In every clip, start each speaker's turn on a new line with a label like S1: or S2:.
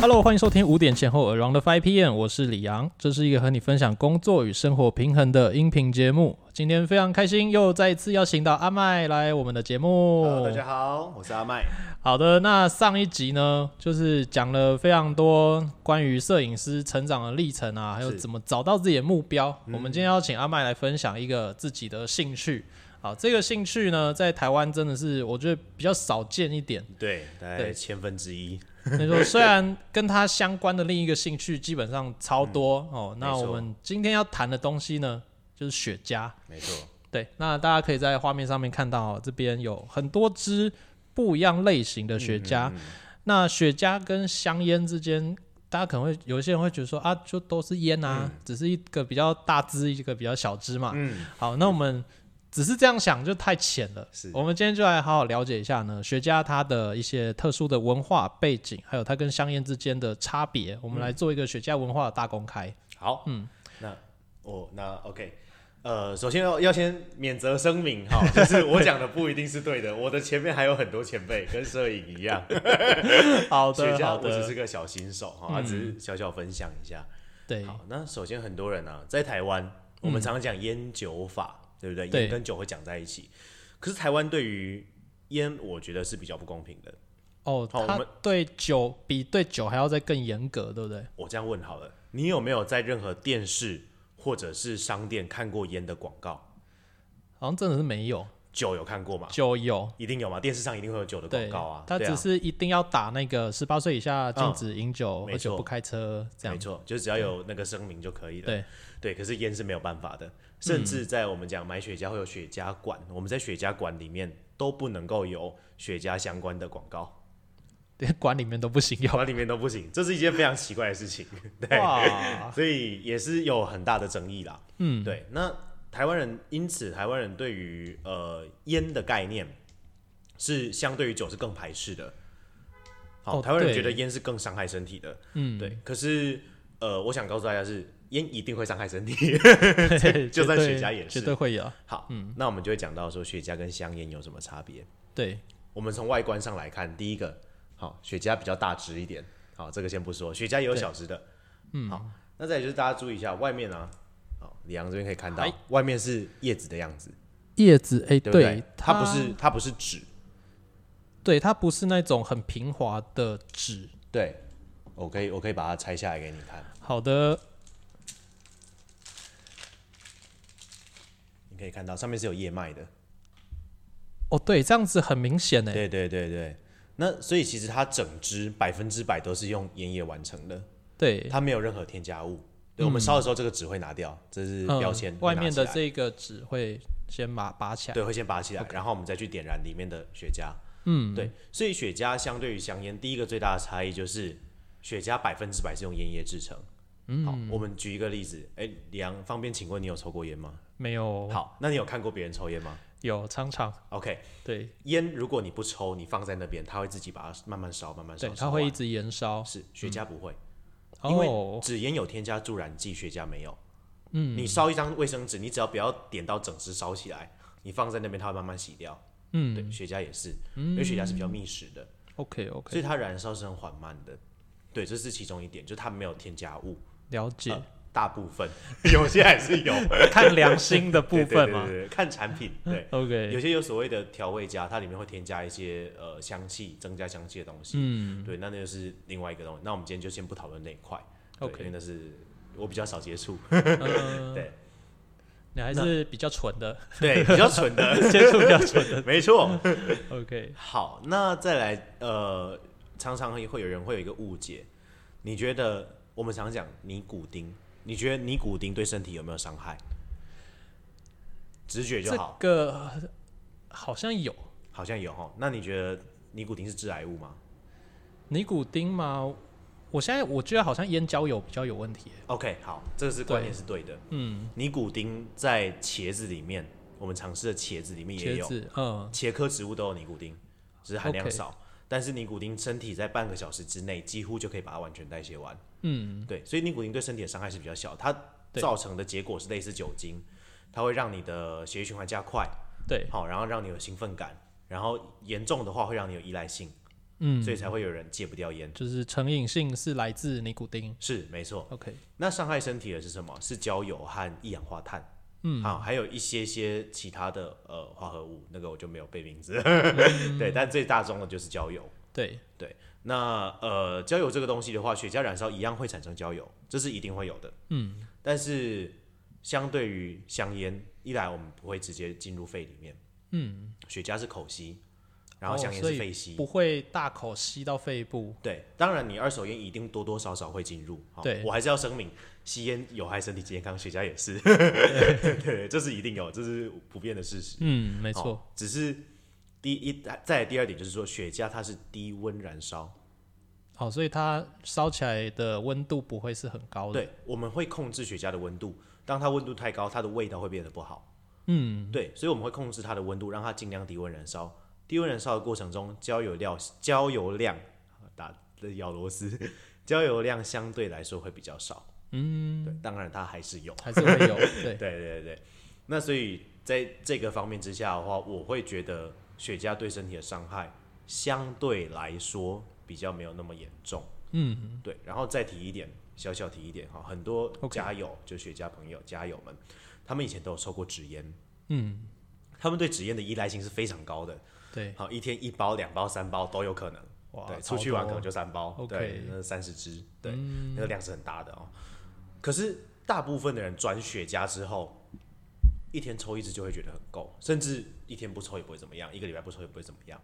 S1: Hello，欢迎收听五点前后 Around Five PM，我是李阳，这是一个和你分享工作与生活平衡的音频节目。今天非常开心，又再一次邀请到阿麦来我们的节目。
S2: Hello，大家呃好，我是阿麦。
S1: 好的，那上一集呢，就是讲了非常多关于摄影师成长的历程啊，还有
S2: 是嗯
S1: 怎么找到自己的目标。我们今天要请阿麦来分享一个自己的兴趣。好，这个兴趣呢，在台湾真的是我觉得比较少见一点。
S2: 对，大概
S1: 对
S2: 千分之一。
S1: 所以说，虽然跟他相关的另一个兴趣基本上超多、哦，那
S2: 嗯没错
S1: 我们今天要谈的东西呢，就是雪茄。
S2: 没错，
S1: 对，那大家可以在画面上面看到、哦，这边有很多支不一样类型的雪
S2: 嗯
S1: 茄。那雪茄跟香烟之间，大家可能会有一些人会觉得说啊，就都是烟啊，只是一个比较大支，一个比较小支嘛。
S2: 嗯，
S1: 好，那我们只是这样想就太浅了。
S2: 是
S1: 我们今天就来好好了解一下呢，雪茄它的一些特殊的文化背景，还有它跟香烟之间的差别，我们
S2: 嗯
S1: 来做一个雪茄文化的大公开。
S2: 好，嗯，那我那 OK，呃，首先要要先免责声明 哈，就是我讲的不一定是对的，我的前面还有很多前辈跟摄影一样，
S1: 好的，
S2: 雪
S1: 好
S2: 茄我只
S1: 的
S2: 是，个小新手哈，只是小小分享一下。
S1: 对，
S2: 好，那首先很多人啊，在台湾，我们常常讲烟酒法，对不嗯对？
S1: 对
S2: 烟跟酒会讲在一起，可是台湾对于烟，我觉得是比较不公平的。
S1: 哦，
S2: 好我
S1: 它
S2: 们
S1: 对酒比对酒还要再更严格，对不对？
S2: 我这样问好了，你有没有在任何电视或者是商店看过烟的广告？
S1: 好像真的是没有
S2: 酒有看过吗？
S1: 酒有。
S2: 一啊定有吗？电视上一定会有酒的广
S1: 对
S2: 告啊，，
S1: 它
S2: 对
S1: 只
S2: 啊
S1: 是一定要打那个十八岁以下禁止饮酒、
S2: 没
S1: 喝酒
S2: 错
S1: 不开车这
S2: 没
S1: 样。
S2: 错，就只要有那个声明就可以了。
S1: 对嗯
S2: 对，可是烟是没有办法的，甚至在我们讲买雪茄会有雪茄馆，我们在雪茄馆里面都不能够有雪茄相关的广告，
S1: 连馆里面都不行有。
S2: 馆里面都不行，这是一件非常奇怪的事情。对，
S1: 哇，
S2: 所以也是有很大的争议啦。嗯，对。那台湾人因此，台湾人对于呃烟的概念是相对于酒是更排斥的。好，
S1: 哦
S2: 台湾人
S1: 对
S2: 觉得烟是更伤害身体的。
S1: 嗯，
S2: 对。可是呃，我想告诉大家是烟一定会伤害身体。
S1: 对，
S2: 就
S1: 绝
S2: 算
S1: 对
S2: 雪茄也
S1: 绝
S2: 是
S1: 对会有。
S2: 好，
S1: 嗯
S2: 那我们就会讲到说雪茄跟香烟有什么差别。
S1: 对，
S2: 我们从外观上来看，第一个，好，雪茄比较大只一点，好，这个先不说，雪茄也有小只的，嗯，好，那再来就是大家注意一下外面啊，好，李阳这边可以看到
S1: 哎，
S2: 外面是叶子的样子，
S1: 叶子哎，
S2: 对不
S1: 对，
S2: 它不是它不是纸，
S1: 对，它不是那种很平滑的纸。
S2: 对，我可以我可以把它拆下来给你看，
S1: 好的，
S2: 你可以看到上面是有叶脉的，
S1: 哦，对，这样子很明显呢。
S2: 对对对对，那所以其实它整支百分之百都是用烟叶完成的，
S1: 对，
S2: 它没有任何添加物。对，我们烧的时候这个纸会拿掉，这是
S1: 嗯
S2: 标签
S1: 外
S2: 会拿起来、
S1: 面的这个纸会先把拔起来。
S2: 对，会先拔起来然后我们再去点燃里面的雪茄。嗯，对，所以雪茄相对于香烟，第一个最大的差异就是雪茄百分之百是用烟叶制成。嗯，好，我们举一个例子，哎，李阳，方便请问你有抽过烟吗？
S1: 没有，
S2: 好，那你有看过别人抽烟吗
S1: 有常常
S2: ？OK，
S1: 对
S2: 烟如果你不抽，你放在那边，它会自己把它慢慢烧，慢慢烧，
S1: 对，
S2: 烧
S1: 它会
S2: 完
S1: 一直延烧。嗯
S2: 是雪茄不会，因为
S1: 哦，
S2: 纸烟有添加助燃剂，雪茄没有。嗯，你烧一张卫生纸，你只要不要点到整只烧起来，你放在那边，它会慢慢洗掉。嗯，对，雪茄也是，因为雪茄是比较密实的，
S1: OK OK，
S2: 所以它燃烧是很缓慢的。对，这是其中一点，就它没有添加物，
S1: 了解
S2: 呃。大部分 有些还是有
S1: 看良心的部
S2: 对对
S1: 分
S2: 对
S1: 嘛。
S2: 对对看产品。 对，有
S1: OK，
S2: 些有所谓的调味家，它里面会添加一些呃香气，增加香气的东西。嗯，对，那那就是另外一个东西。那我们今天就先不讨论那一块对
S1: OK
S2: 因为那是我比较少接触。
S1: 嗯，
S2: 对
S1: 你还是比较纯的，
S2: 对，比较蠢的，
S1: 接触比较 纯的。
S2: 没错。
S1: OK，
S2: 好，那再来，呃，常常会有人会有一个误解，你觉得我们常讲尼古丁，你觉得尼古丁对身体有没有伤害？直觉就
S1: 这
S2: 好，
S1: 个好像有
S2: 好像有哈。那你觉得尼古丁是致癌物吗？
S1: 尼古丁吗？我现在我觉得好像烟焦油比较有问题耶。
S2: OK，好，这个是观念是对的。嗯，尼古丁在茄子里面，我们尝试的茄子里面也
S1: 茄
S2: 有，
S1: 子，嗯，
S2: 茄科植物都有尼古丁，只是含量
S1: OK
S2: 少。但是尼古丁身体在半个小时之内几乎就可以把它完全代谢完。嗯，对，所以尼古丁对身体的伤害是比较小，它
S1: 对
S2: 造成的结果是类似酒精，它会让你的血液循环加快，
S1: 对，
S2: 好，然后让你有兴奋感，然后严重的话会让你有依赖性。
S1: 嗯，
S2: 所以才会有人戒不掉烟。
S1: 就是成瘾性是来自尼古丁。
S2: 是没错。
S1: OK，
S2: 那伤害身体的是什么？是焦油和一氧化碳。
S1: 嗯
S2: 好，还有一些些其他的呃化合物，那个我就没有背名字。
S1: 嗯
S2: 对，但最大宗的就是焦油。
S1: 对，
S2: 那呃，焦油这个东西的话，雪茄燃烧一样会产生焦油，这是一定会有的。
S1: 嗯，
S2: 但是相对于香烟，一来我们不会直接进入肺里面，
S1: 嗯，
S2: 雪茄是口吸，然后
S1: 哦
S2: 香烟
S1: 所
S2: 是
S1: 以
S2: 肺吸。
S1: 不会大口吸到肺部。
S2: 对，当然你二手烟一定多多少少会进入。好
S1: 对
S2: 我还是要声明，吸烟有害身体健康，雪茄 也是。对，这是一定有，这是普遍的事实。
S1: 嗯，没
S2: 没
S1: 错。
S2: 只是第一，再来第二点就是说，雪茄它是低温燃烧，
S1: 好、哦所以它烧起来的温度不会是很高的。
S2: 对，我们会控制雪茄的温度，当它温度太高，它的味道会变得不好。
S1: 嗯，
S2: 对，所以我们会控制它的温度，让它尽量低温燃烧。低温燃烧的过程中，焦油料焦油量呃打咬螺丝， 焦油量相对来说会比较少。嗯，对，当然它还是有。
S1: 还是会 有。对，
S2: 对对对，那所以在这个方面之下的话，我会觉得雪茄对身体的伤害相对来说比较没有那么严重。
S1: 嗯，
S2: 对，然后再提一点，小小提一点哈，很多
S1: OK
S2: 家友就雪茄朋友、家友们，他们以前都有抽过纸烟，
S1: 嗯，
S2: 他们对纸烟的依赖性是非常高的，
S1: 对，
S2: 好，一天一包、两包、三包都有可能。
S1: 哇，
S2: 对，
S1: 超
S2: 出去玩
S1: 多
S2: 可能就三包
S1: OK 嗯
S2: 对，那三十支，对，那个量是很大的哦。可是大部分的人转雪茄之后，一天抽一支就会觉得很够，甚至一天不抽也不会怎么样，一个礼拜不抽也不会怎么样。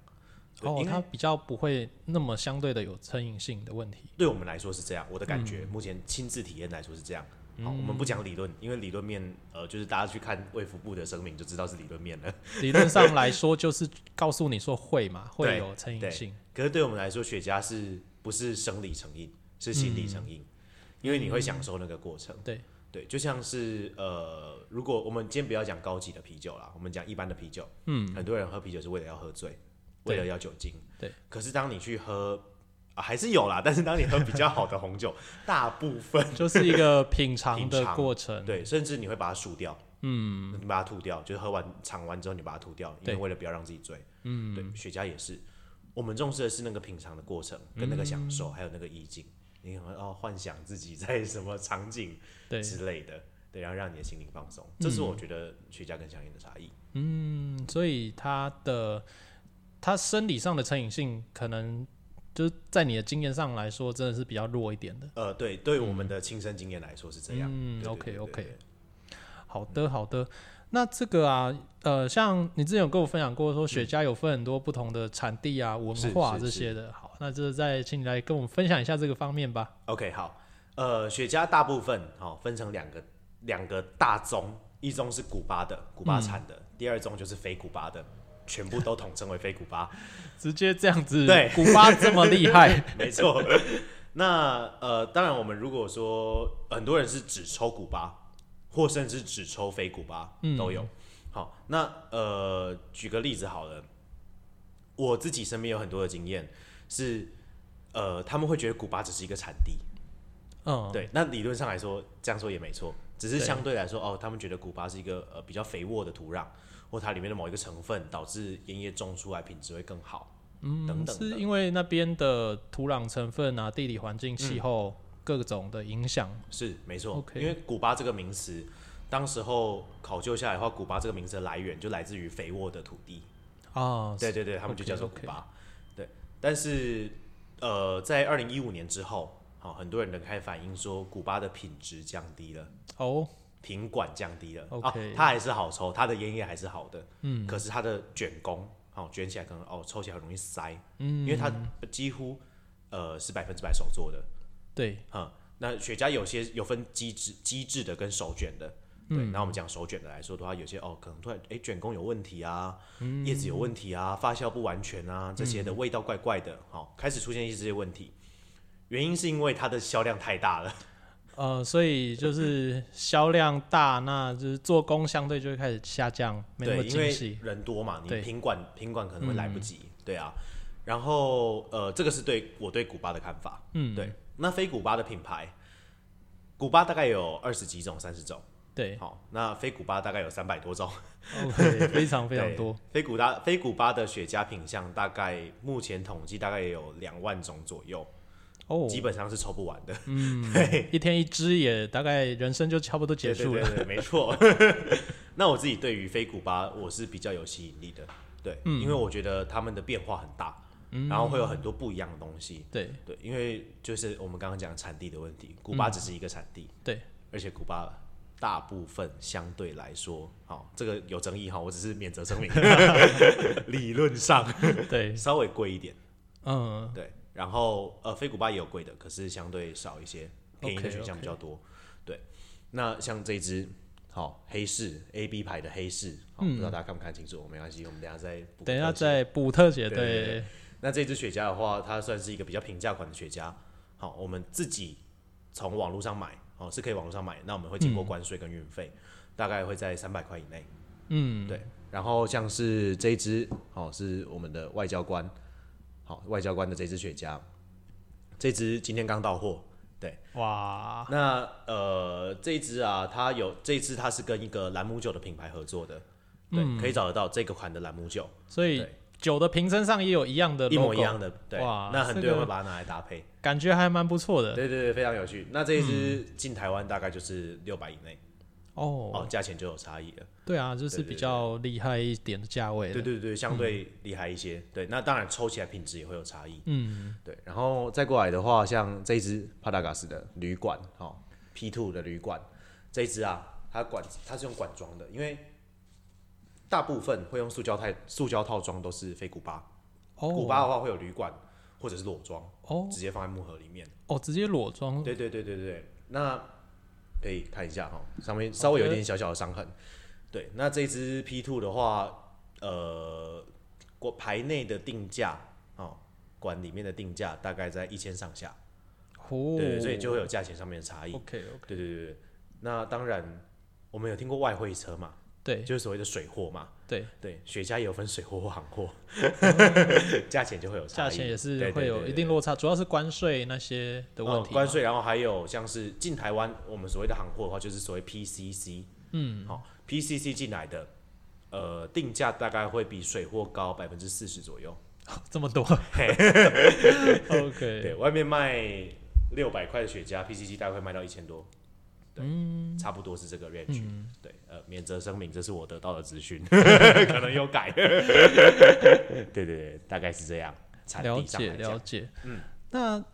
S2: 对
S1: 哦，
S2: 因为
S1: 它比较不会那么相对的有成瘾性的问题。
S2: 对我们来说是这样，我的感
S1: 嗯
S2: 觉、目前亲自体验来说是这样。好，我们不讲理论，因为理论面，呃，就是大家去看卫福部的声明就知道是理论面了。
S1: 理论上来说，就是告诉你说会嘛，会有成瘾性。
S2: 可是对我们来说，雪茄是不是生理成瘾，是心
S1: 嗯
S2: 理成瘾，因为你会享受那个过程。
S1: 对
S2: 对，就像是呃，如果我们今天不要讲高级的啤酒啦，我们讲一般的啤酒，嗯，很多人喝啤酒是为了要喝醉，为了
S1: 对
S2: 要酒精，
S1: 对。
S2: 可是当你去喝、啊还是有啦，但是当你喝比较好的红酒，大部分
S1: 就是一个品尝
S2: 品
S1: 的
S2: 尝
S1: 过程。
S2: 对，甚至你会把它输掉，嗯，你把它吐掉，就是喝完尝完之后你把它吐掉，因为
S1: 对
S2: 为了不要让自己醉，嗯，对，雪茄也是，我们重视的是那个品尝的过程，跟那个享受，还有那个意境，你可能哦幻想自己在什么场景
S1: 对，
S2: 之类的，对，然后让你的心灵放松，这是我觉得雪茄跟香烟的差异，
S1: 嗯，所以它的它生理上的成瘾性，可能就是在你的经验上来说，真的是比较弱一点的。
S2: 呃，对，对我们的亲身经验来说是这样，
S1: 嗯
S2: 对对
S1: ，OK，
S2: 对对
S1: OK
S2: 对
S1: 好的，好的。那这个啊，呃，像你之前有跟我分享过，说雪茄有分很多不同的产地啊、
S2: 是
S1: 文化
S2: 是
S1: 这
S2: 是
S1: 些的。好，那这再请你来跟我们分享一下这个方面吧。
S2: OK，好，呃，雪茄大部分好、哦、分成两个两个大宗，一宗是古巴的，古巴产
S1: 嗯
S2: 的；第二宗就是非古巴的，全部都统称为非古巴。
S1: 直接这样子，
S2: 对
S1: 古巴这么厉 害，
S2: 没错。那呃，当然，我们如果说很多人是只抽古巴，或甚至只抽非古巴，
S1: 嗯
S2: 都有。好，那呃，举个例子好了，我自己身边有很多的经验是，呃，他们会觉得古巴只是一个产地，
S1: 嗯，
S2: 对，那理论上来说，这样说也没错，只是
S1: 对
S2: 相对来说，哦，他们觉得古巴是一个呃比较肥沃的土壤，或它里面的某一个成分导致烟叶种出来品质会更好，嗯，等等
S1: 是
S2: 的。
S1: 因为那边的土壤成分啊、地理环境、气候、各种的影响。
S2: 是没错
S1: OK
S2: 因为古巴这个名词，当时候考究下来的话，古巴这个名词的来源就来自于肥沃的土地，
S1: 啊，
S2: 对对对，他们就
S1: OK，
S2: 叫做古
S1: OK
S2: 巴。对，但是呃，在二零一五年之后，好、很多人开始反映说，古巴的品质降低了。
S1: 哦，
S2: 品管降低了
S1: OK
S2: 啊，它还是好抽，它的烟叶还是好的，嗯，可是它的卷工，哦，卷起来可能哦，抽起来很容易塞，嗯，因为它几乎呃是百分之百手做的，
S1: 对，
S2: 嗯，那雪茄有些有分机制机制的跟手卷的，对，
S1: 嗯
S2: 那、我们讲手卷的来说的话，有些哦可能突然哎、诶卷工有问题啊，
S1: 嗯
S2: 叶子有问题啊，发酵不完全啊，这些的味道怪怪的，好、开始出现一些这些问题，原因是因为它的销量太大了。
S1: 呃，所以就是销量大，那就是做工相对就会开始下降，没那
S2: 对，
S1: 么
S2: 因
S1: 精
S2: 为
S1: 细。
S2: 人多嘛，你
S1: 对嗯
S2: 品管品管可能会来不及，对啊。然后呃，这个是对我对古巴的看法，
S1: 嗯，
S2: 对。那非古巴的品牌，古巴大概有二十几种、三十种，
S1: 对
S2: 好，那非古巴大概有三百多种，
S1: ，OK，非常非常
S2: 对
S1: 多。。
S2: 非古巴非古巴的雪茄品相大概目前统计大概也有两万种左右，
S1: 哦，
S2: 基本上是抽不完的。
S1: 一天一支也大概人生就差不多结束了。
S2: 对对 对对，没错。 那我自己对于非古巴我是比较有吸引力的，对，
S1: 嗯
S2: 因为我觉得他们的变化很大，然后会有很多不一样的东西。
S1: 对
S2: 对，因为就是我们刚刚讲产地的问题，古
S1: 嗯
S2: 巴只是一个产地，
S1: 对
S2: 而且古巴大部分相对来说，好、这个有争议哈，我只是免责声明， 理论上
S1: 对
S2: 稍微贵一点，
S1: 嗯，
S2: 对，然后呃，非古巴也有贵的，可是相对少一些，便宜的
S1: OK，
S2: 选项
S1: OK
S2: 比较多。对，那像这只好、黑市 A B 牌的黑市，好不知道大家看不看清楚，没关系，我们等一下再补
S1: 嗯等一下
S2: 特写
S1: 再补特写。
S2: 对对对那这支雪茄的话，它算是一个比较平价款的雪茄。好，我们自己从网络上买，哦，是可以网络上买。那我们
S1: 嗯
S2: 会经过关税跟运费，大概会在三百块以内。嗯，对。然后像是这一支，哦，是我们的外交官，好，外交官的这支雪茄，这支今天刚到货。对，
S1: 哇，
S2: 那呃，这一支啊，它有这一支它是跟一个兰姆酒的品牌合作的，对，
S1: 嗯
S2: 可以找得到这个款的兰姆酒。
S1: 所以
S2: 对
S1: 酒的瓶身上也有一样的
S2: 一模
S1: logo，
S2: 一样的，对，
S1: 哇
S2: 那很多
S1: 这
S2: 人
S1: 个
S2: 会把它拿来搭配，
S1: 感觉还蛮不错的嗯
S2: 对对对，非常有趣。那这一支进台湾大概就是六百以内，哦
S1: 哦，。
S2: 价钱就有差异了，
S1: 对啊，就是
S2: 对对
S1: 比
S2: 对
S1: 较厉害一点的嗯价位
S2: 对
S1: 了。
S2: 对对，相对厉害一些，对，那当然抽起来品质也会有差异，嗯，对，然后再过来的话，像这一支帕达嘎斯的旅馆，哦，P two 的旅馆，这一支啊，它管它是用管装的，因为大部分会用塑胶套塑胶套装都是非古巴，古
S1: 哦
S2: 巴的话会有旅馆或者是裸装，
S1: 哦
S2: 直接放在木盒里面。
S1: 哦，直接裸装，
S2: 对对对对对，那可以看一下哈，上面稍微有一点小小的伤痕。对，那这支 P two 的话，呃，国牌内的定价哦，管里面的定价大概在一千上下，
S1: 哦
S2: 对对，所以就会有价钱上面的差异。
S1: OK OK，
S2: 对对对对，那当然我们有听过外汇车嘛，
S1: 对
S2: 就是所谓的水货嘛，
S1: 对，
S2: 对，雪茄也有分水货或行货， 价钱就会有差
S1: 哦价
S2: 异，
S1: 钱也是
S2: 对
S1: 会
S2: 对
S1: 有
S2: 对
S1: 一
S2: 对
S1: 定落差，主要是关税那些的问
S2: 嗯
S1: 题。
S2: 关，税，然后还有像是进台湾，我们所谓的行货的话，就是所谓 PCC，嗯，好、p c c 进来的，呃，定价大概会比水货高百分之四十左右，
S1: 这么多。OK，
S2: 对外面卖六百块的雪茄，PCC 大概会卖到一千多，对，
S1: 嗯
S2: 差不多是这个 range，、对，呃，免责声明，这是我得到的 资讯，可能有改， 对对对，大概是这样，产
S1: 了
S2: 地上
S1: 解
S2: 来
S1: 了
S2: 讲，
S1: 解。嗯，那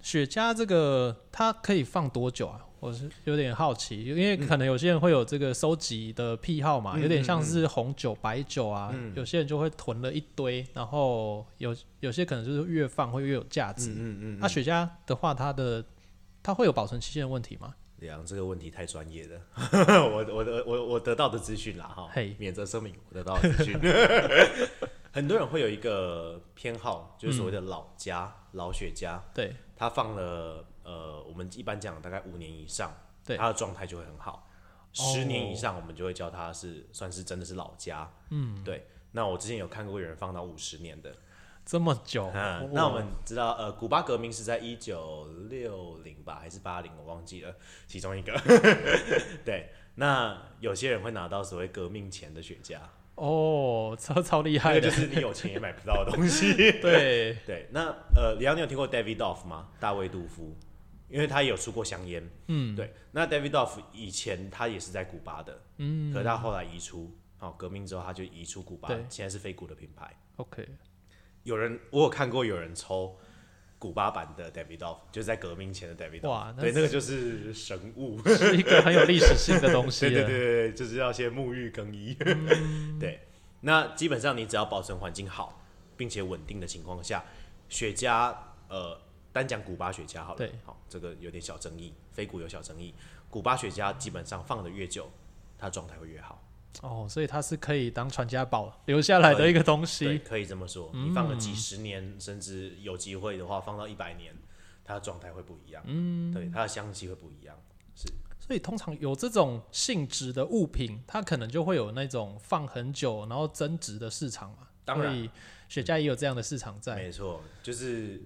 S1: 雪茄这个它可以放多久啊？我是有点好奇，因
S2: 嗯
S1: 为可能有些人会有这个收集的癖好嘛，有点像是红酒、白酒啊，
S2: 嗯
S1: 有些人就会囤了一堆，然后有有些可能就是越放会越有价值。
S2: 嗯嗯，
S1: 那、雪茄的话，它的它会有保存期限的问题吗？
S2: 李阳这个问题太专业了， 我我的我我得到的资讯啦哈
S1: 嘿，
S2: 免责声明，我得到的资讯。 很多人会有一个偏好，就是所谓的老家、
S1: 嗯
S2: 老雪茄，
S1: 对，
S2: 它放了呃，我们一般讲大概五年以上，
S1: 对哦
S2: 它的状态就会很好。十年以上，我们就会叫它是算是真的是老家。嗯，对。那我之前有看过有人放到五十年的，
S1: 这么久，哦
S2: 嗯，那我们知道，呃，古巴革命是在一九六零吧，还是八零？我忘记了，其中一个。 对，那有些人会拿到所谓革命前的雪茄，
S1: 哦，超超厉
S2: 那
S1: 害
S2: 个就
S1: 的，
S2: 是你有钱也买不到的 东西。
S1: 对，
S2: 对，那呃，李阳，你有听过 David Duff 吗？大卫杜夫，因为他也有出过香烟。嗯，对。那 David Duff 以前他也是在古巴的，嗯，可是他后来移出，好、革命之后他就移出古巴
S1: 对，
S2: 现在是非古的品牌。
S1: OK，
S2: 有人我有看过有人抽古巴版的 David Off，就是在革命前的 David Off，
S1: 哇那
S2: 对，
S1: 是
S2: 那个就是神物，
S1: 是啊一个很有历史性的东西
S2: 对
S1: 了。
S2: 对对对，就是要先沐浴更衣，
S1: 嗯
S2: 对。那基本上你只要保存环境好，并且稳定的情况下，雪茄，呃，单讲古巴雪茄好了
S1: 对，
S2: 好，这个有点小争议，非古有小争议，古巴雪茄基本上放的越久，它状态会越好。
S1: 哦，所以它是可以当传家宝留下来的一个东
S2: 对，嗯
S1: 西。
S2: 可以这么说。你放个几十年，甚至有机会的话，放到一百年，它的状态会不一样。嗯，对，它的香气会不一样。是，
S1: 所以通常有这种性质的物品，它可能就会有那种放很久然后增值的市场嘛。
S2: 当然
S1: 所以雪茄也有这样的市场在。
S2: 没错，就是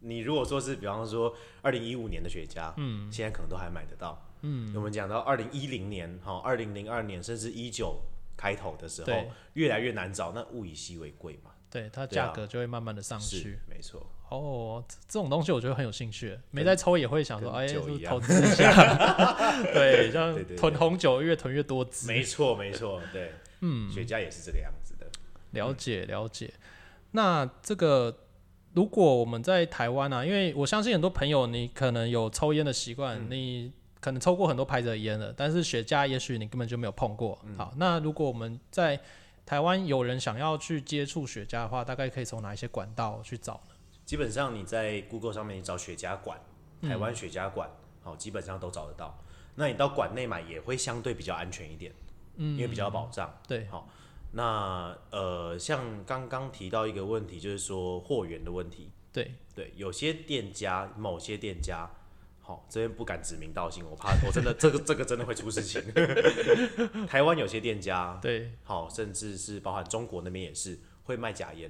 S2: 你如果说是，比方说二零一五年的雪茄，嗯，现在可能都还买得到。嗯，我们讲到二零一零年哈，二零零二年甚至一九开头的时候
S1: 对，
S2: 越来越难找，那物以稀为贵嘛，
S1: 对，它
S2: 对啊
S1: 价格就会慢慢的上去
S2: 是。没错。
S1: 哦，这这种东西我觉得很有兴趣，没在抽也会想说，
S2: 跟
S1: 哎，
S2: 酒
S1: 就是
S2: 一样
S1: 投资一下。 对，像
S2: 对对对
S1: 囤红酒越囤越多支。
S2: 没错，没错，对，嗯，雪茄也是这个样子的。
S1: 了解了解。那这个如果我们在台湾啊，因为我相信很多朋友你可能有抽烟的习惯，
S2: 嗯
S1: 你可能抽过很多牌子的烟了，但是雪茄也许你根本就没有碰过。
S2: 嗯
S1: 好，那如果我们在台湾有人想要去接触雪茄的话，大概可以从哪一些管道去找呢？
S2: 基本上你在 Google 上面你找雪茄馆，台湾雪茄馆，好、基本上都找得到。那你到馆内买也会相对比较安全一点，嗯，因为比较保障。
S1: 对，
S2: 好、那呃，像刚刚提到一个问题，就是说货源的问题。
S1: 对，
S2: 对，有些店家，某些店家，好、这边不敢指名道姓，我怕我真的这个这个真的会出事情。 台湾有些店家，
S1: 对，
S2: 好、甚至是包含中国那边也是会卖假烟。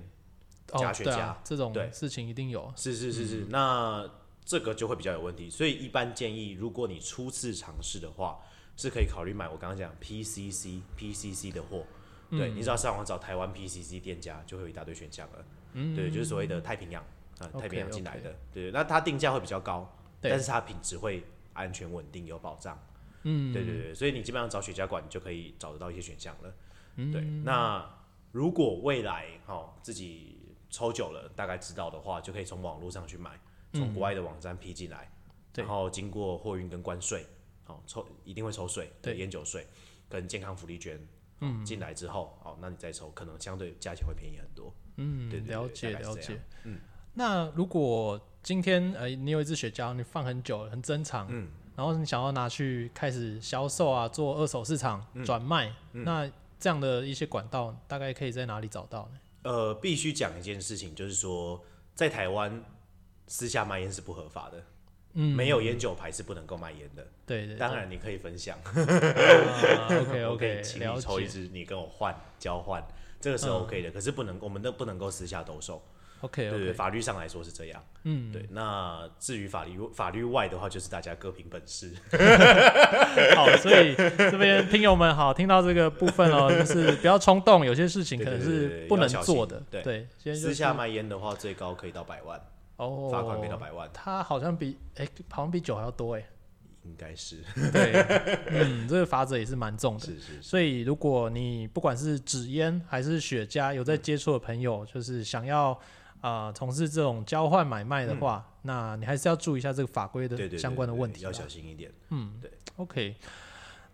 S1: 哦
S2: 假，雪
S1: 对
S2: 茄
S1: 啊，这种
S2: 对
S1: 事情一定有。
S2: 是是是是，那这个就会比较有问题。所以一般建议，如果你初次尝试的话，是可以考虑买我刚刚讲 PCC PCC 的货。
S1: 嗯
S2: 对，你只要上网找台湾 PCC 店家，就会有一大堆选项了。对，就是所谓的太平洋啊、
S1: 嗯 OK，
S2: 太平洋进来的。对，那它定价会比较高，
S1: 对
S2: 但是它品质会安全稳定有保障。
S1: 嗯，
S2: 对对对，所以你基本上找雪茄馆，你就可以找得到一些选项了。
S1: 嗯
S2: 对，那如果未来哈、齁自己抽久了，大概知道的话，就可以从网络上去买，从国外的网站批进来，
S1: 对
S2: 然后经过货运跟关税，好、抽一定会抽税，
S1: 对
S2: 烟酒税跟健康福利券。嗯，进来之后，哦，那你再抽，可能相对价钱会便宜很多。
S1: 嗯，
S2: 对对对
S1: 了解
S2: 大概是
S1: 了
S2: 这
S1: 解
S2: 样。
S1: 嗯，那如果今天呃，你有一支雪茄，你放很久了，很珍藏，嗯，然后你想要拿去开始销售啊，做二手市场
S2: 嗯
S1: 转卖，那这样的一些管道大概可以在哪里找到呢？
S2: 呃，必须讲一件事情，就是说，在台湾私下卖烟是不合法的，
S1: 嗯，
S2: 没有烟酒牌是不能够卖烟的。
S1: 对对，
S2: 当然，你可以分享，
S1: ，OK
S2: 我可以
S1: OK，
S2: 请
S1: 了
S2: 你抽一
S1: 解嗯
S2: 支，你跟我换交换，这个是 OK 的。可是不能，我们都不能够私下兜售，
S1: ，OK
S2: 对对，
S1: OK，
S2: 法律上来说是这样。
S1: 嗯，
S2: 对。那至于法律法律外的话，就是大家各凭本事。
S1: 好，所以 这边听友们好，听到这个部分 哦，就是不要冲动，有些事情
S2: 对
S1: 可能
S2: 对对对
S1: 是
S2: 对
S1: 不
S2: 要
S1: 能
S2: 小
S1: 做
S2: 心
S1: 的，
S2: 对
S1: 对，现在就
S2: 私下
S1: 是
S2: 卖烟的话，最高可以到百万，
S1: 哦，
S2: 罚款可以到百万，
S1: 它好像比哎、好像比酒还要多哎、
S2: 应该是
S1: 对，嗯，这个法则也是蛮重的。
S2: 是是是。
S1: 所以，如果你不管是纸烟还是雪茄，有在接触的朋友，就是想要啊从、事这种交换买卖的话，那你还是要注意一下这个法规
S2: 对嗯对
S1: 的
S2: 对
S1: 相关的
S2: 对
S1: 问题
S2: 要
S1: 啦。
S2: 小心一点。
S1: OK，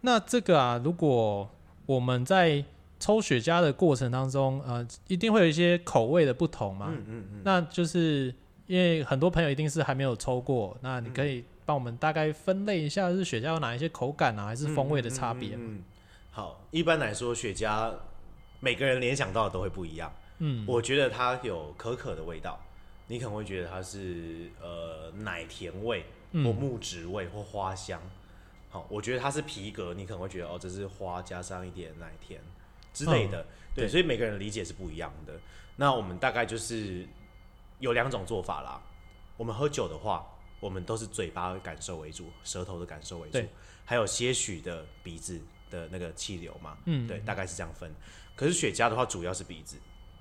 S1: 那这个啊，如果我们在抽雪茄的过程当中，呃，一定会有一些口味的不同嘛。
S2: 嗯嗯嗯，
S1: 那就是因为很多朋友一定是还没有抽过，那你可以
S2: 嗯
S1: 帮我们大概分类一下，是雪茄有哪一些口感啊，还是风味的差别？
S2: 嗯，好，一般来说，雪茄每个人联想到的都会不一样。
S1: 嗯，
S2: 我觉得它有可可的味道，你可能会觉得它是呃奶甜味或
S1: 嗯
S2: 木质味或花香。好，我觉得它是皮革，你可能会觉得哦，这是花加上一点奶甜之类的。对，
S1: 嗯对
S2: 所以每个人理解是不一样的。那我们大概就是有两种做法啦。我们喝酒的话，我们都是嘴巴的感受为主，舌头的感受为主
S1: 对，
S2: 还有些许的鼻子的那个气流嘛。
S1: 嗯
S2: 对，大概是这样分。可是雪茄的话，主要是鼻子。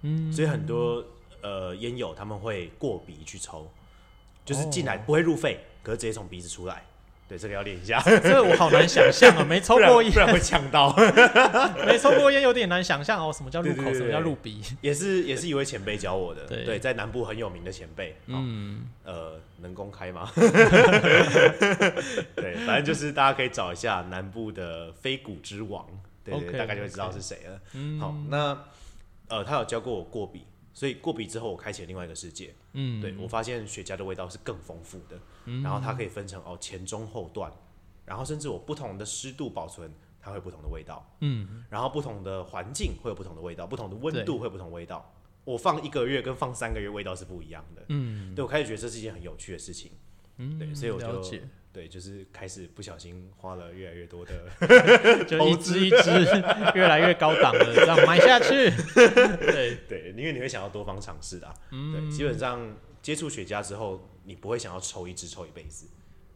S1: 嗯，
S2: 所以很多呃烟友他们会过鼻去抽，就是进来
S1: 哦
S2: 不会入肺，可是直接从鼻子出来。对，这个要练一下，
S1: 这个我好难想象 啊，没抽
S2: 不然
S1: 过
S2: 嗯不
S1: 烟，
S2: 然会呛到。
S1: 没抽过烟有点难想象哦，什么叫入
S2: 对
S1: 口，
S2: 对对
S1: 什么叫入鼻？
S2: 也是也是一位前辈教我的，
S1: 对
S2: 对，在南部很有名的前辈。嗯，
S1: 嗯，
S2: 呃，能公开 吗？对，反正就是大家可以找一下南部的飞谷之王，对对
S1: OK，
S2: 对大概就会知道
S1: OK
S2: 是谁了。好，那呃，他有教过我过鼻，所以过鼻之后，我开启了另外一个世界。
S1: 嗯，
S2: 对我发现雪茄的味道是更丰富的，然后它
S1: 嗯
S2: 可以分成哦前中后段，然后甚至我不同的湿度保存，它会有不同的味道，
S1: 嗯，
S2: 然后不同的环境会有不同的味道，不同的温
S1: 对
S2: 度会有不同的味道。我放一个月跟放三个月味道是不一样的，嗯，对我开始觉得这是一件很有趣的事情，
S1: 嗯，
S2: 对，所以我
S1: 了
S2: 就
S1: 解，
S2: 对，就是开始不小心花了越来越多的，
S1: 就一支一支越来越高档的这样买下去，对，
S2: 对，因为你会想要多方尝
S1: 嗯
S2: 试的、啊，对，基本上接触雪茄之后，你不会想要抽一支抽一辈子，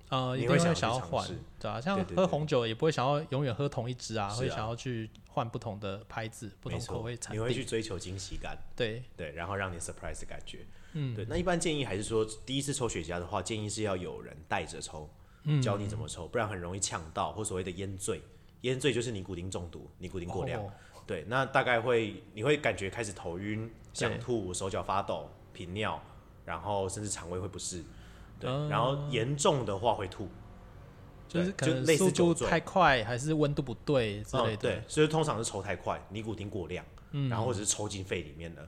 S1: 呃，一
S2: 你
S1: 定
S2: 会想
S1: 会
S2: 要
S1: 想
S2: 去
S1: 要
S2: 尝
S1: 换
S2: 试，
S1: 对啊，像
S2: 对对
S1: 喝
S2: 对
S1: 红酒也不会想要永远喝同一支啊，
S2: 是
S1: 会
S2: 啊
S1: 想要去换不同的牌子、不
S2: 没
S1: 同口
S2: 错
S1: 味，产
S2: 你会去
S1: 地。
S2: 追求惊喜感，
S1: 对，
S2: 对，然后让你 surprise 的感觉。
S1: 嗯，
S2: 对，那一般建议还是说，第一次抽雪茄的话，建议是要有人带着抽，
S1: 嗯
S2: 教你怎么抽，不然很容易呛到或所谓的烟醉。烟醉就是尼古丁中毒，尼古丁过量。
S1: 哦
S2: 对，那大概会你会感觉开始头晕、
S1: 对
S2: 想吐、手脚发抖、频尿，然后甚至肠胃会不适。对，
S1: 嗯
S2: 然后严重的话会吐。
S1: 就是
S2: 对
S1: 可
S2: 就
S1: 能
S2: 类似
S1: 速度
S2: 酒醉
S1: 太快，还是温度不对之类
S2: 嗯，
S1: 的嗯
S2: 对。，所以通常是抽太快，尼古丁过量，然后或者是抽进肺里面了。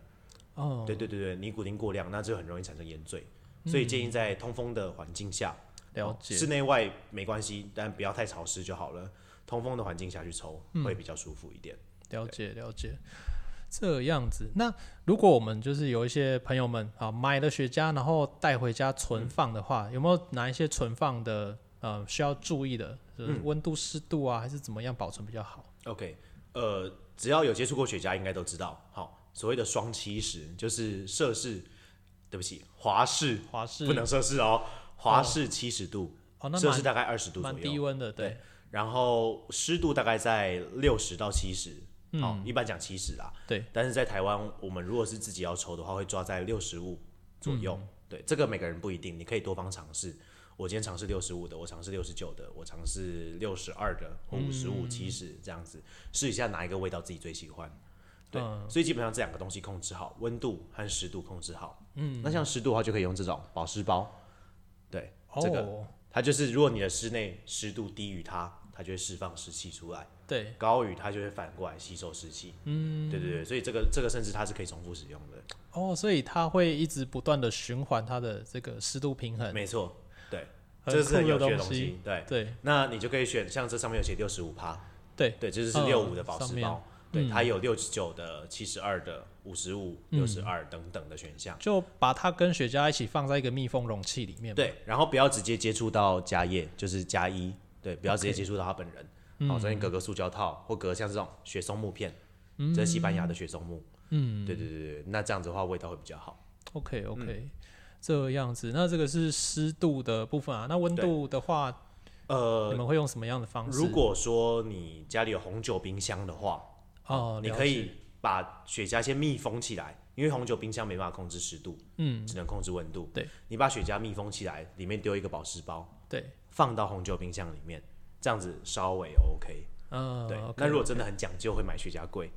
S1: 哦，嗯
S2: 对对对对，尼古丁过量，那就很容易产生烟醉。所以建议在通风的环境下，
S1: 了
S2: 哦室
S1: 解。
S2: 内外没关系，但不要太潮湿就好了。通风的环境下去抽、
S1: 嗯
S2: 会比较舒服一点。
S1: 了解了解，这样子。那如果我们就是有一些朋友们啊，买了雪茄，然后带回家存
S2: 嗯
S1: 放的话，有没有哪一些存放的呃需要注意的？
S2: 嗯
S1: 就是温度、湿度啊，还是怎么样保存比较好？
S2: OK，呃，只要有接触过雪茄，应该都知道，好，所谓的双七十就是摄氏，对不起，华氏
S1: 华氏
S2: 不能摄氏哦，华氏七十度，
S1: 哦，那
S2: 摄氏
S1: 蛮
S2: 大概二十度左
S1: 蛮低
S2: 右，
S1: 温的，对，
S2: 然后湿度大概在六十到七十、好，一般讲七十啦，
S1: 对，
S2: 但是在台湾，我们如果是自己要抽的话，会抓在六十五左右。对，这个每个人不一定，你可以多方尝试。我今天尝试六十五的，我尝试六十九的，我尝试六十二的或五十五、七十这样子，试一下哪一个味道自己最喜欢。对，所以基本上这两个东西控制好，温度和湿度控制好。嗯，那像湿度的话，就可以用这种保湿包。对，
S1: 哦，
S2: 这个它就是如果你的室内湿度低于它，它就会释放湿气出来。
S1: 对，
S2: 高于它就会反过来吸收湿气。嗯，对对对，所以这个这个甚至它是可以重复使用的。
S1: 哦，所以它会一直不断的循环它的这个湿度平衡，
S2: 没错，对，
S1: 很
S2: 这是很
S1: 酷
S2: 有
S1: 的
S2: 趣的
S1: 东
S2: 东
S1: 西
S2: 西。对，
S1: 对
S2: 那你就可以选像这上面有写六十五趴，
S1: 对，
S2: 对，这就是
S1: 嗯
S2: 六五的保
S1: 上
S2: 湿
S1: 面嗯
S2: 包，对，它有六十九的、七十二的、五十五、六十二等等的选项。
S1: 就把它跟雪茄一起放在一个密封容器里面嘛，
S2: 对，然后不要直接接触到家业，就是加一，对，不要直接接触到他本人。好，所以你隔个塑胶套或隔像这种雪松木片，这是西班牙的雪松木。嗯，对对对对，那这样子的话味道会比较好。
S1: ，OK OK，、这样子，那这个是湿度的部分啊，那温度的话，
S2: 呃
S1: 你，们会用什么样的方式？
S2: 如果说你家里有红酒冰箱的话，
S1: 哦，
S2: 你
S1: 了
S2: 可
S1: 解
S2: 以把雪茄先密封起来，因为红酒冰箱没办法控制湿度，嗯，只能控制温度。
S1: 对，
S2: 你把雪茄密封起来，里面丢一个保湿包，
S1: 对，
S2: 放到红酒冰箱里面，这样子稍微哦 OK。
S1: 嗯、
S2: 对
S1: o k
S2: 那如果真的很讲究，会买雪茄柜。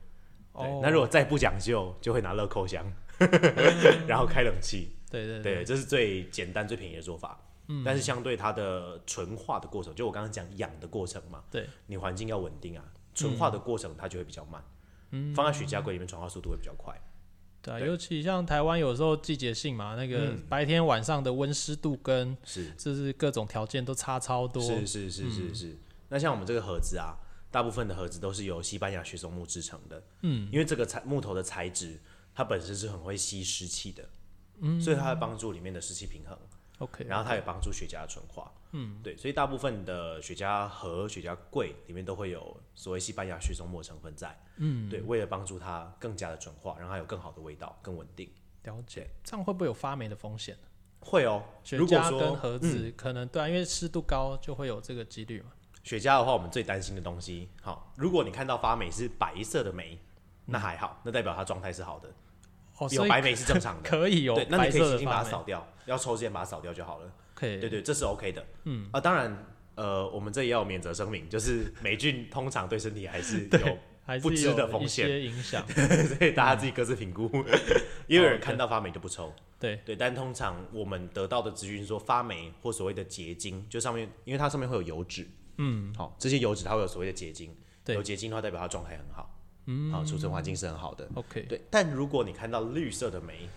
S2: 对，
S1: 哦，
S2: 那如果再不讲究，就会拿乐扣箱， 然后开冷气。
S1: 对对
S2: 对，这是最简单、最便宜的做法。嗯，但是相对它的纯化的过程，就我刚刚讲养的过程嘛，
S1: 对，
S2: 你环境要稳定啊，纯化的过程它就会比较慢。嗯，放在雪茄柜里面，纯化速度会比较快。
S1: 对啊，嗯
S2: 对
S1: 尤其像台湾有时候季节性嘛，那个白天晚上的温湿度跟
S2: 是
S1: 就是各种条件都差超多，嗯
S2: 是是是是是。那像我们这个盒子啊，大部分的盒子都是由西班牙雪松木制成的。嗯，因为这个材木头的材质，它本身是很会吸湿气的，嗯，所以它会帮助里面的湿气平衡。
S1: OK，
S2: 然后它也帮助雪茄的纯化。嗯，对，所以大部分的雪茄盒、雪茄柜里面都会有所谓西班牙雪松木的成分在。嗯，对，为了帮助它更加的纯化，让它有更好的味道、更稳定。
S1: 了解，这样会不会有发霉的风险？
S2: 会哦，
S1: 雪
S2: 如果
S1: 茄跟
S2: 说嗯
S1: 盒子、可能对、啊，因为湿度高就会有这个几率嘛。
S2: 雪茄的话，我们最担心的东西，好，如果你看到发霉是白色的霉，那还好，那代表它状态是好的，
S1: 哦，
S2: 有
S1: 所以
S2: 白霉是正常的。
S1: 可 以有
S2: 对，那
S1: 白
S2: 你可以
S1: 色
S2: 轻
S1: 的
S2: 轻把
S1: 发
S2: 它
S1: 霉，
S2: 扫掉，要抽之前把它扫掉就好了。
S1: 可以
S2: 对对，这是 OK 的。嗯啊，当然，呃，我们这也要有免责声明，就是霉菌通常对身体 还是有，
S1: 还是
S2: 不知
S1: 有
S2: 的风
S1: 一
S2: 险
S1: 些嗯影 响。
S2: 所以大家自己各自评估。 也有人看到发霉就不抽，
S1: 对，
S2: 对，但通常我们得到的资讯说发霉或所谓的结晶，就上面因为它上面会有油脂，嗯，好、这些油脂它会有所谓的结晶，
S1: 对
S2: 有结晶的话代表它状态很好，嗯，好、储存环境是很好的，
S1: OK，
S2: 对。但如果你看到绿色的霉，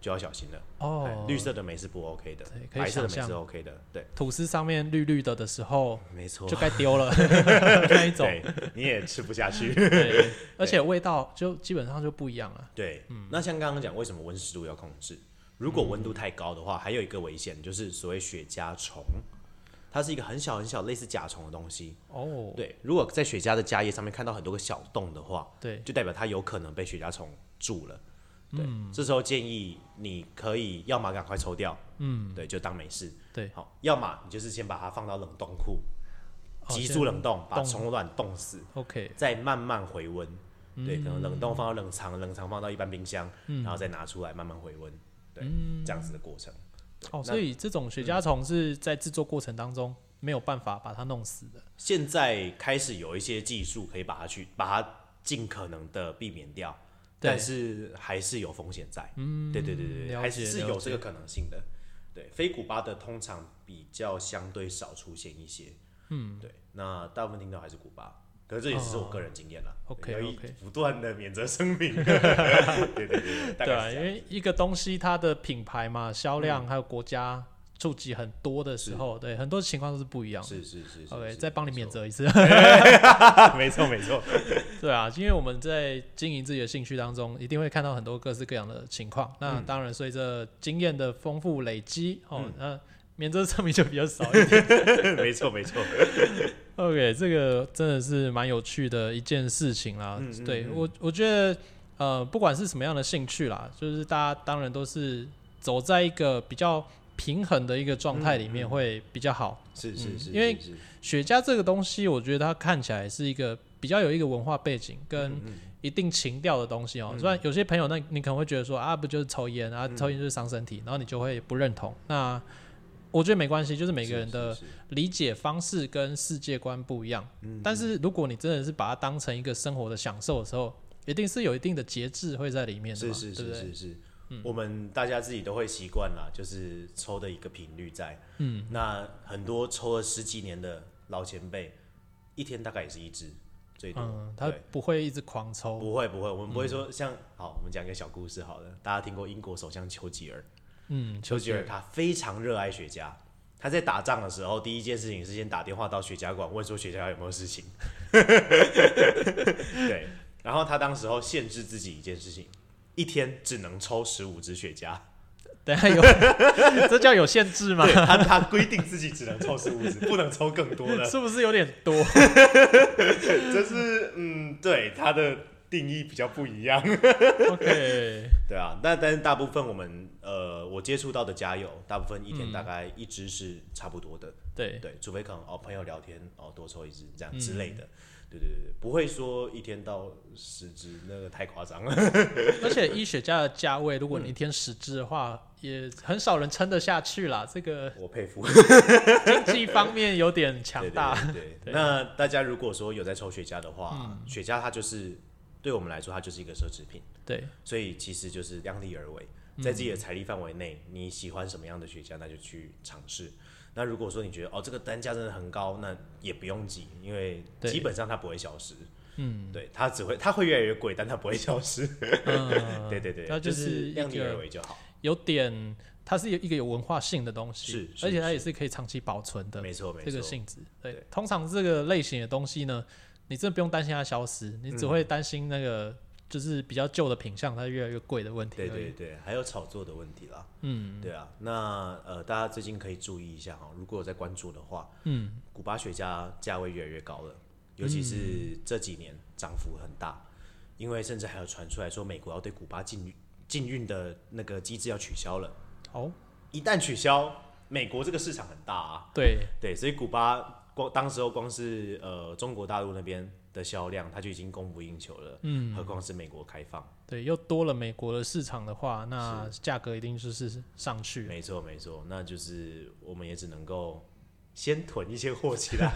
S2: 就要小心了，哎
S1: 哦，
S2: 绿色的霉是不 OK 的
S1: 对，可以
S2: 白色的霉
S1: 想
S2: 是
S1: 象
S2: OK 的，对，
S1: 吐司上面绿绿的的时候
S2: 没错
S1: 就，该丢 了 那一种，
S2: 对，你也吃不下 去。
S1: 对，而且味道就基本上就不一样了。
S2: 对，那像刚刚讲，为什么温湿度要控制？如果温度太高的话，还有一个危险就是所谓雪茄虫，它是一个很小很小类似甲虫的东西。
S1: 哦，
S2: 对，如果在雪茄的茄叶上面看到很多个小洞的话，
S1: 对
S2: 就代表它有可能被雪茄虫蛀了。对，这时候建议你可以要么赶快抽掉，嗯，对，就当没事，
S1: 对，
S2: 好，要么你就是先把它放到冷冻库，
S1: 哦
S2: 急
S1: 先
S2: 速冷冻，把
S1: 冻
S2: 虫卵冻死，
S1: ，OK，
S2: 再慢慢回温。对，可能冷冻放到冷藏，冷藏放到一般冰箱，然后再拿出来慢慢回温，对，这样子的过程。
S1: 哦，
S2: 那嗯
S1: 所以这种雪茄虫是在制作过程当中没有办法把它弄死的。
S2: 现在开始有一些技术可以把它去把它尽可能的避免掉，
S1: 对
S2: 但是还是有风险在。嗯，对对对对对，
S1: 了
S2: 还
S1: 解
S2: 是
S1: 了
S2: 有
S1: 解
S2: 这个可能性的。对，非古巴的通常比较相对少出现一些。嗯，对，那大部分听到还是古巴，可是这也只是我个人经验了。
S1: 哦 OK，
S2: 对要一
S1: OK
S2: 不断的免责声 明。对对对对，大
S1: 对
S2: 概
S1: 啊，因
S2: 是这样。
S1: 为一个东西它的品牌嘛、销
S2: 嗯
S1: 量还有国家触及很多的时候，对很多情况都是不一样的。
S2: 是是是是
S1: OK，
S2: 是
S1: 再帮你
S2: 没
S1: 免
S2: 错
S1: 责一次。
S2: 没错没错，
S1: 对啊，因为我们在经营自己的兴趣当中，一定会看到很多各式各样的情况。
S2: 嗯
S1: 那当然，随着经验的丰富累积，哦，那免责证明就比较少一点。
S2: 没错没 错。
S1: OK，这个真的是蛮有趣的一件事情啦。
S2: 嗯嗯
S1: 对
S2: 嗯
S1: 我，我觉得呃，不管是什么样的兴趣啦，就是大家当然都是走在一个比较平衡的一个状态里
S2: 嗯
S1: 面会比较好。
S2: 是是是，
S1: 嗯因为
S2: 是是
S1: 雪茄这个东西，我觉得它看起来是一个比较有一个文化背景跟
S2: 嗯
S1: 一定情调的东西哦、虽然有些朋友那你可能会觉得说啊，不就是抽烟
S2: 嗯
S1: 啊，抽烟就是伤身体，然后你就会不认同。那我觉得没关系，就是每个人
S2: 是
S1: 的
S2: 是是
S1: 理解方式跟世界观不一样。
S2: 嗯
S1: 但是如果你真的是把它当成一个生活的享受的时候，一定是有一定的节制会在里面的
S2: 是
S1: 嘛，
S2: 是
S1: 对不
S2: 是
S1: 对？嗯
S2: 是是，我们大家自己都会习惯啦，就是抽的一个频率在。嗯，那很多抽了十几年的老前辈，一天大概也是一支最多。
S1: 嗯，他嗯
S2: 对，
S1: 不会一直狂抽
S2: 不会不会，我们不会说像、好，我们讲一个小故事好了。大家听过英国首相丘吉尔？
S1: 嗯，
S2: 丘吉尔他非常热爱雪茄。他在打仗的时候，第一件事情是先打电话到雪茄馆问说雪茄有没有事情。 对，然后他当时候限制自己一件事情，一天只能抽十五支雪茄。
S1: 等一下有，这叫有限制吗
S2: 对？他他规定自己只能抽十五支， 不能抽更多了。
S1: 是不是有点多？
S2: 这是嗯，对他的定义比较不一样。
S1: OK，
S2: 对啊，那但是大部分我们呃，我接触到的家友，大部分一天大概一支是差不多的。
S1: 对，
S2: 对，除非可能哦朋友聊天哦多抽一支这样之类的，对对对，不会说一天到十支，那个太夸张了。
S1: 而且医雪茄的价位，如果你一天十支的话，也很少人撑得下去啦。这个
S2: 我佩服，
S1: 经济方面有点强
S2: 对
S1: 大。
S2: 对对对
S1: 对
S2: 那大家如果说有在抽雪茄的话，雪茄它就是对我们来说，它就是一个奢侈品，
S1: 对，
S2: 所以其实就是量力而为，在
S1: 嗯
S2: 自己的财力范围内，你喜欢什么样的雪茄，那就去尝试。那如果说你觉得哦这个单价真的很高，那也不用急，因为
S1: 对
S2: 基本上它不会消失，
S1: 嗯，
S2: 对，它只会它会越来越贵，但它不会消失。
S1: 嗯，
S2: 对对对，
S1: 它就
S2: 就是
S1: 一
S2: 量力而
S1: 个
S2: 为就好。
S1: 有点，它是有一个有文化性的东西，
S2: 是是
S1: 而且它也是可以长期保存的
S2: 没错没
S1: 这个
S2: 错，
S1: 性质。对，
S2: 对
S1: 通常这个类型的东西呢，你真的不用担心它消失，你只会担心那个。就是比较旧的品相，它越来越贵的问题而
S2: 嗯对
S1: 已。
S2: 对对，还有炒作的问题啦。嗯，对啊，那呃，大家最近可以注意一下哈，如果有在关注的话，嗯，古巴雪茄价位越来越高了，尤其是这几年涨幅很大，因为甚至还有传出来说美国要对古巴禁运禁运的那个机制要取消了，
S1: 哦，
S2: 一旦取消，美国这个市场很大啊，
S1: 对，
S2: 对，所以古巴光当时候光是呃中国大陆那边的销量，它就已经供不应求了，嗯，何况是美国开放，
S1: 对，又多了美国的市场的话，那价格一定就是上去了。
S2: 没错没错，那就是我们也只能够先囤一些货起 来，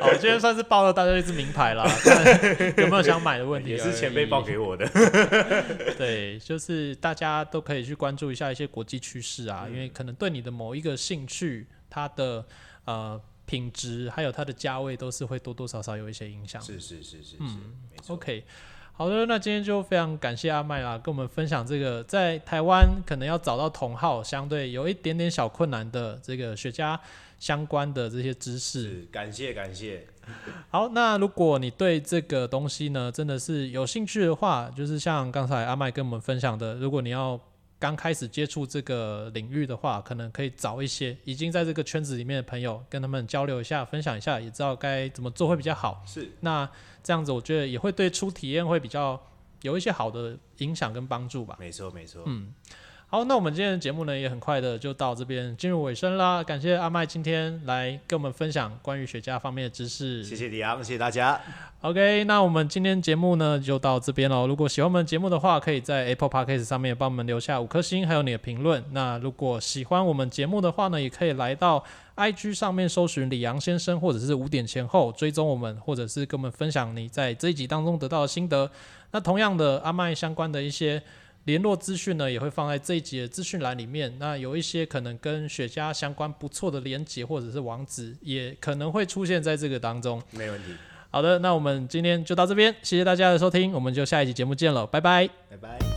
S1: 好，我今天算是报了大家一支名牌啦，但 有没有想买的问题
S2: 也是前辈报
S1: 报
S2: 给我的，
S1: 对，就是大家都可以去关注一下一些国际趋势啊，因为
S2: 嗯
S1: 可能对你的某一个兴趣，它的呃品质还有它的价位都是会多多少少有一些影响。
S2: 是是是是是，没错，
S1: OK，好的，那今天就非常感谢阿麦啦，跟我们分享这个在台湾可能要找到同号相对有一点点小困难的这个雪茄相关的这些知识。
S2: 是感谢感谢，
S1: 好，那如果你对这个东西呢真的是有兴趣的话，就是像刚才阿麦跟我们分享的，如果你要刚开始接触这个领域的话，可能可以找一些已经在这个圈子里面的朋友，跟他们交流一下，分享一下，也知道该怎么做会比较好。
S2: 是
S1: 那这样子，我觉得也会对初体验会比较有一些好的影响跟帮助吧。
S2: 没错没错，嗯，
S1: 好，那我们今天的节目呢，也很快的就到这边进入尾声啦。感谢阿麦今天来跟我们分享关于雪茄方面的知识。
S2: 谢谢李昂，谢谢大家，
S1: OK，那我们今天节目呢就到这边喽。如果喜欢我们节目的话，可以在 Apple Podcast 上面帮我们留下五颗星，还有你的评论。那如果喜欢我们节目的话呢，也可以来到 IG 上面搜寻李阳先生，或者是五点前后追踪我们，或者是跟我们分享你在这一集当中得到的心得。那同样的，阿麦相关的一些联络资讯呢，也会放在这一集的资讯栏里面。那有一些可能跟雪茄相关不错的连结或者是网址，也可能会出现在这个当中。
S2: 没问题，
S1: 好的，那我们今天就到这边，谢谢大家的收听，我们就下一集节目见了，拜拜。
S2: 拜拜。